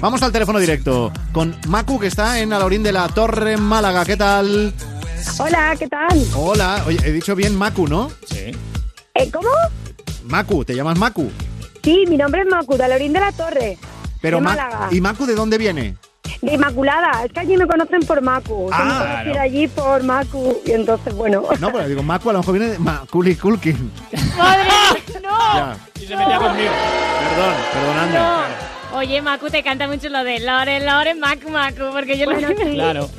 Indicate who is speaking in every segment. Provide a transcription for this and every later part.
Speaker 1: Vamos al teléfono directo con Macu, que está en Alorín de la Torre, Málaga. ¿Qué tal?
Speaker 2: Hola, ¿qué tal?
Speaker 1: Hola, oye, he dicho bien Macu, ¿no?
Speaker 2: Eh, ¿Cómo?
Speaker 1: Macu, te llamas Macu.
Speaker 2: Sí, mi nombre es Macu, de Alorín de la Torre.
Speaker 1: Pero
Speaker 2: de
Speaker 1: Ma-
Speaker 2: Málaga.
Speaker 1: ¿Y Macu de dónde viene?
Speaker 2: De Inmaculada. Es que allí me conocen por Macu.
Speaker 1: Ah,
Speaker 2: Yo me conocí de allí por Macu. Y entonces, bueno.
Speaker 1: No, pero digo, Macu a lo mejor viene de Maculi Culkin.
Speaker 3: ¡Madre! ¡No!
Speaker 1: Ya,
Speaker 4: Y se metía conmigo.
Speaker 1: perdón, perdonadme.
Speaker 3: ¡No! Oye, Macu, te canta mucho lo de Lore, Lore, Macu, Macu, porque yo lo
Speaker 2: Bueno, sí,
Speaker 4: Claro.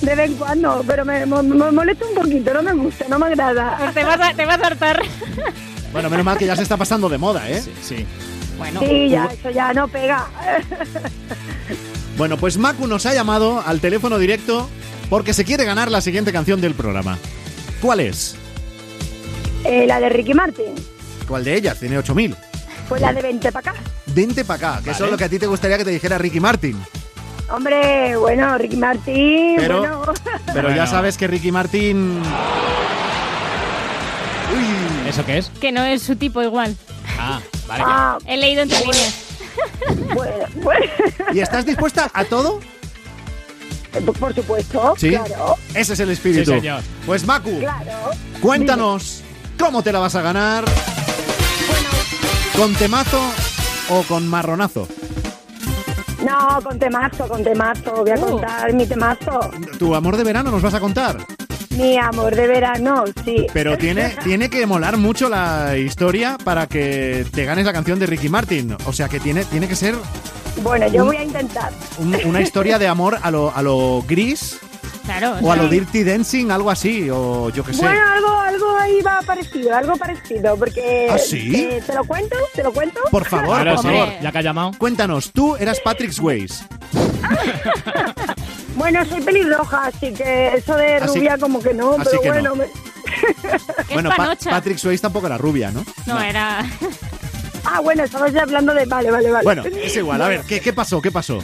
Speaker 2: de vez en cuando, pero me, mo- me molesta un poquito, no me gusta, no me agrada.
Speaker 3: Pues Te vas, a, te vas a hartar.
Speaker 1: Bueno, menos mal que ya se está pasando de moda, ¿eh?
Speaker 4: Sí, sí.
Speaker 3: Bueno,
Speaker 2: Sí, ya, eso ya no pega.
Speaker 1: Bueno, pues Macu nos ha llamado al teléfono directo porque se quiere ganar la siguiente canción del programa. ¿Cuál es?
Speaker 2: Eh, la de Ricky Martin,
Speaker 1: ¿Cuál de ellas? Tiene 8000.
Speaker 2: pues la de 20 para acá.
Speaker 1: Vente para acá, que eso es lo que a ti te gustaría que te dijera Ricky Martin.
Speaker 2: Hombre, bueno, Ricky Martin,
Speaker 1: Pero-
Speaker 2: bueno.
Speaker 1: Pero ya
Speaker 4: Bueno.
Speaker 1: sabes que Ricky Martin... Uy.
Speaker 4: ¿Eso qué es?
Speaker 3: que no es su tipo igual.
Speaker 4: Ah, vale.
Speaker 2: Ah,
Speaker 3: He leído entre líneas.
Speaker 2: bueno, bueno.
Speaker 1: ¿Y estás dispuesta a todo?
Speaker 2: Por- Por supuesto,
Speaker 1: Sí.
Speaker 2: claro,
Speaker 1: Ese es el espíritu.
Speaker 4: Sí, señor.
Speaker 1: Pues Macu,
Speaker 2: claro.
Speaker 1: cuéntanos cómo te la vas a ganar. ¿Con temazo o con marronazo?
Speaker 2: No, con temazo, con temazo,
Speaker 1: Oh.
Speaker 2: voy a
Speaker 3: Uh.
Speaker 2: contar mi temazo.
Speaker 1: Tu amor de verano nos vas a contar.
Speaker 2: Mi amor de verano, sí.
Speaker 1: Pero tiene, tiene que molar mucho la historia para que te ganes la canción de Ricky Martin. O sea que tiene, tiene que ser
Speaker 2: Bueno,
Speaker 1: Uh.
Speaker 2: yo voy a intentar.
Speaker 1: un- una historia de amor a lo, a lo gris
Speaker 3: Claro.
Speaker 1: o a lo
Speaker 3: sí.
Speaker 1: dirty dancing, algo así, o yo qué sé.
Speaker 2: Bueno, algo, algo ahí va parecido, algo parecido, porque...
Speaker 1: ¿Ah, sí?
Speaker 2: eh, ¿Te lo cuento? ¿Te lo cuento?
Speaker 1: Por favor,
Speaker 4: Claro,
Speaker 1: por
Speaker 4: sí.
Speaker 1: favor.
Speaker 4: Ya que ha llamado.
Speaker 1: Cuéntanos, tú eras Patrick's Ways.
Speaker 2: Bueno, soy pelirroja, así que eso de
Speaker 1: Así-
Speaker 2: rubia como que no,
Speaker 1: Ah, así
Speaker 2: pero
Speaker 1: que
Speaker 2: bueno...
Speaker 1: no.
Speaker 2: me-
Speaker 3: Es
Speaker 1: Bueno, Pa-
Speaker 3: panocha.
Speaker 1: Patrick Swayze tampoco era rubia, ¿no?
Speaker 3: no, era...
Speaker 2: Ah, bueno, estamos ya hablando de... Vale, vale, vale.
Speaker 1: Bueno, es igual. A ver, ¿qué, qué pasó? ¿Qué pasó?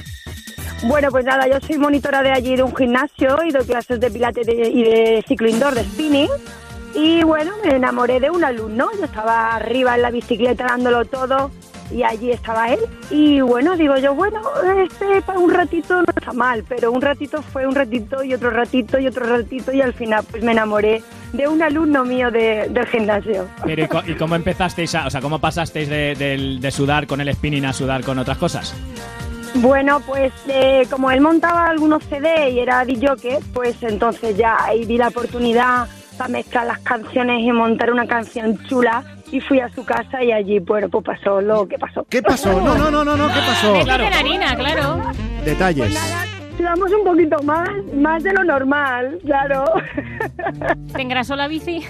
Speaker 2: Bueno, pues nada, yo soy monitora de allí de un gimnasio y doy clases de pilates de- y de ciclo indoor de spinning. Y bueno, me enamoré de un alumno. Yo estaba arriba en la bicicleta dándolo todo y allí estaba él. Y bueno, digo yo, bueno, este para un ratito no está mal, pero un ratito fue un ratito y otro ratito y otro ratito y al final pues me enamoré de un alumno mío de- del gimnasio.
Speaker 4: Pero, ¿y, co- y cómo empezasteis a, o sea, cómo pasasteis de, del- de sudar con el spinning a sudar con otras cosas?
Speaker 2: Bueno, pues eh, como él montaba algunos CD y era DJ, pues entonces ya ahí vi la oportunidad para mezclar las canciones y montar una canción chula y fui a su casa y allí, bueno, pues pasó lo que pasó.
Speaker 1: ¿Qué pasó? No, no, no, no, no, ¿qué pasó?
Speaker 3: Claro. harina, claro.
Speaker 1: Detalles.
Speaker 2: Nada, Sudamos un poquito más, más de lo normal, claro.
Speaker 3: Te engrasó la bici.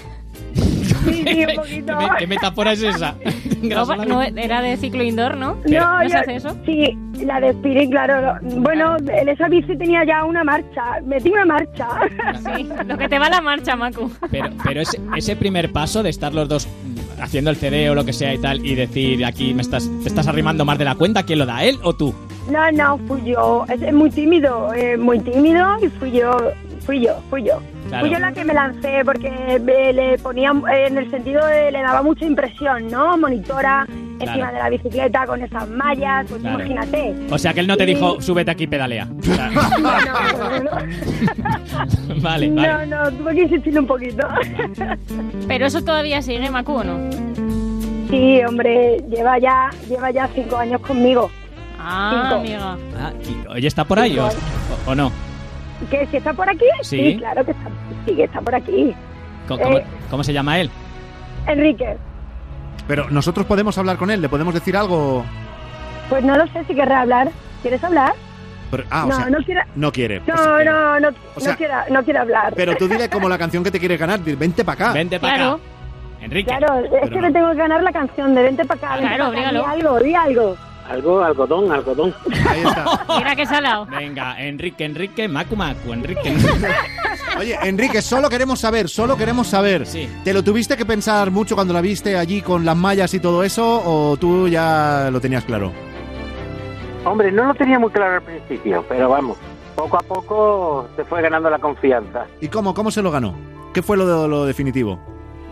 Speaker 2: Sí, sí, un poquito.
Speaker 4: ¿Qué, metáfora es esa?
Speaker 3: No, pa- no, era de ciclo indoor, ¿no?
Speaker 2: No,
Speaker 3: ¿No se
Speaker 2: yo-
Speaker 3: hace eso?
Speaker 2: Sí, la de Spirit, claro. Bueno, en esa bici tenía ya una marcha, metí una marcha.
Speaker 3: Sí, lo que te va la marcha, Macu.
Speaker 4: Pero, pero ese, ese primer paso de estar los dos mm, haciendo el CD o lo que sea y tal y decir aquí me estás te estás arrimando más de la cuenta, ¿quién lo da? ¿Él o tú?
Speaker 2: No, no, fui yo. Es es muy tímido, eh, muy tímido y fui yo, fui yo, fui yo.
Speaker 4: Claro.
Speaker 2: Fui yo la que me lancé porque me- le ponía, eh, en el sentido de le daba mucha impresión, ¿no? Monitora encima
Speaker 4: Claro.
Speaker 2: de la bicicleta con esas mallas, pues
Speaker 4: Claro.
Speaker 2: imagínate.
Speaker 4: O sea que él no te dijo súbete aquí y pedalea. O sea,
Speaker 2: No, no, no,
Speaker 4: vale,
Speaker 2: no,
Speaker 4: vale.
Speaker 2: no, tuve que insistir un poquito.
Speaker 3: Pero eso todavía sigue, Macu, ¿o no?
Speaker 2: Sí, hombre, lleva ya, lleva ya cinco años conmigo.
Speaker 3: Ah,
Speaker 2: Cinco.
Speaker 3: amiga.
Speaker 4: Ah, y- oye, ¿está por ahí o, o- o no?
Speaker 2: ¿Que si está por aquí?
Speaker 4: Sí.
Speaker 2: claro que está, sí, que está por aquí.
Speaker 4: Co- ¿Cómo,
Speaker 2: Eh.
Speaker 4: cómo se llama él?
Speaker 2: Enrique,
Speaker 1: Pero nosotros podemos hablar con él, le podemos decir algo.
Speaker 2: pues no lo sé si querrá hablar. ¿Quieres hablar?
Speaker 1: Pero- ah, o
Speaker 2: no,
Speaker 1: sea,
Speaker 2: no quiere.
Speaker 1: no quiere.
Speaker 2: No,
Speaker 1: Pues,
Speaker 2: no, no,
Speaker 1: O sea-
Speaker 2: no, quiero, no quiero hablar.
Speaker 1: Pero tú dile como la canción que te quiere ganar, di, vente para acá.
Speaker 4: Vente para
Speaker 3: Claro.
Speaker 4: acá. Enrique.
Speaker 2: ah, claro, es
Speaker 4: Pero
Speaker 2: que
Speaker 4: no.
Speaker 2: le tengo que ganar la canción de Vente para acá. vente
Speaker 3: Claro,
Speaker 2: pa' acá,
Speaker 3: oblígalo.
Speaker 2: Di algo, di algo.
Speaker 5: Algo, algodón, algodón.
Speaker 1: Ahí está.
Speaker 3: Mira que salado.
Speaker 4: Venga, Enrique, Enrique, Macu, Macu, Enrique.
Speaker 1: Oye, Enrique, solo queremos saber, solo queremos saber.
Speaker 4: Sí.
Speaker 1: ¿Te lo tuviste que pensar mucho cuando la viste allí con las mallas y todo eso o tú ya lo tenías claro?
Speaker 5: Hombre, no lo tenía muy claro al principio, pero vamos, poco a poco se fue ganando la confianza.
Speaker 1: ¿Y cómo, cómo se lo ganó? ¿Qué fue lo, lo definitivo?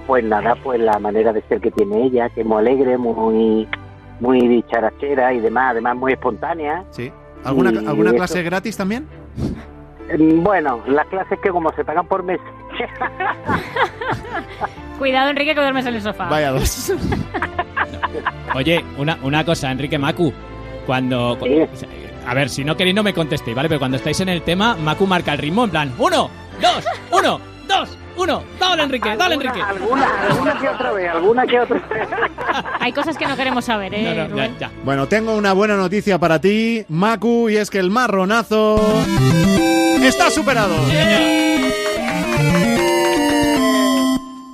Speaker 5: Pues nada, pues la manera de ser que tiene ella, que es muy alegre, muy muy dicharachera y demás, además muy espontánea.
Speaker 1: Sí. ¿Alguna,
Speaker 5: Y
Speaker 1: ¿alguna
Speaker 5: eso-
Speaker 1: clase gratis también?
Speaker 5: Eh, Bueno, las clases que como se pagan por mes,
Speaker 3: Cuidado, Enrique, que duermes en el sofá.
Speaker 1: Vaya dos.
Speaker 4: Oye, una, una cosa, Enrique Macu. Cuando. cu-
Speaker 5: Sí.
Speaker 4: A ver, si no queréis, no me contestéis, ¿vale? Pero cuando estáis en el tema, Macu marca el ritmo en plan: ¡Uno, dos, uno, dos, uno! ¡Dale, Enrique! ¡Dale, Enrique!
Speaker 5: alguna, alguna que otra vez, alguna que otra vez.
Speaker 3: Hay cosas que no queremos saber, ¿eh?
Speaker 4: No, no,
Speaker 3: Rubén?
Speaker 4: ya, ya.
Speaker 1: Bueno, tengo una buena noticia para ti, Macu, y es que el marronazo está superado.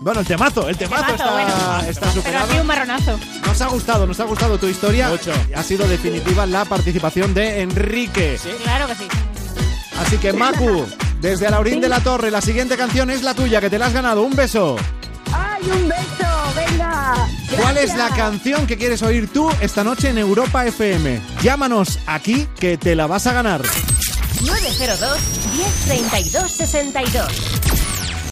Speaker 1: Bueno, el temazo, el temazo,
Speaker 3: Temazo,
Speaker 1: está,
Speaker 3: bueno.
Speaker 1: está
Speaker 3: Pero
Speaker 1: superado.
Speaker 3: aquí un marronazo.
Speaker 1: Nos ha gustado, nos ha gustado tu historia.
Speaker 4: Mucho.
Speaker 1: Ha sido definitiva la participación de Enrique.
Speaker 3: Claro que sí.
Speaker 1: Así que Macu, desde Alaurín de la Torre, la siguiente canción es la tuya, que te la has ganado. Un beso.
Speaker 2: ¡Ay, un beso! ¡Venga!
Speaker 1: ¿Cuál es la
Speaker 2: Gracias.
Speaker 1: canción que quieres oír tú esta noche en Europa FM? Llámanos aquí que te la vas a ganar.
Speaker 6: 902 1032 62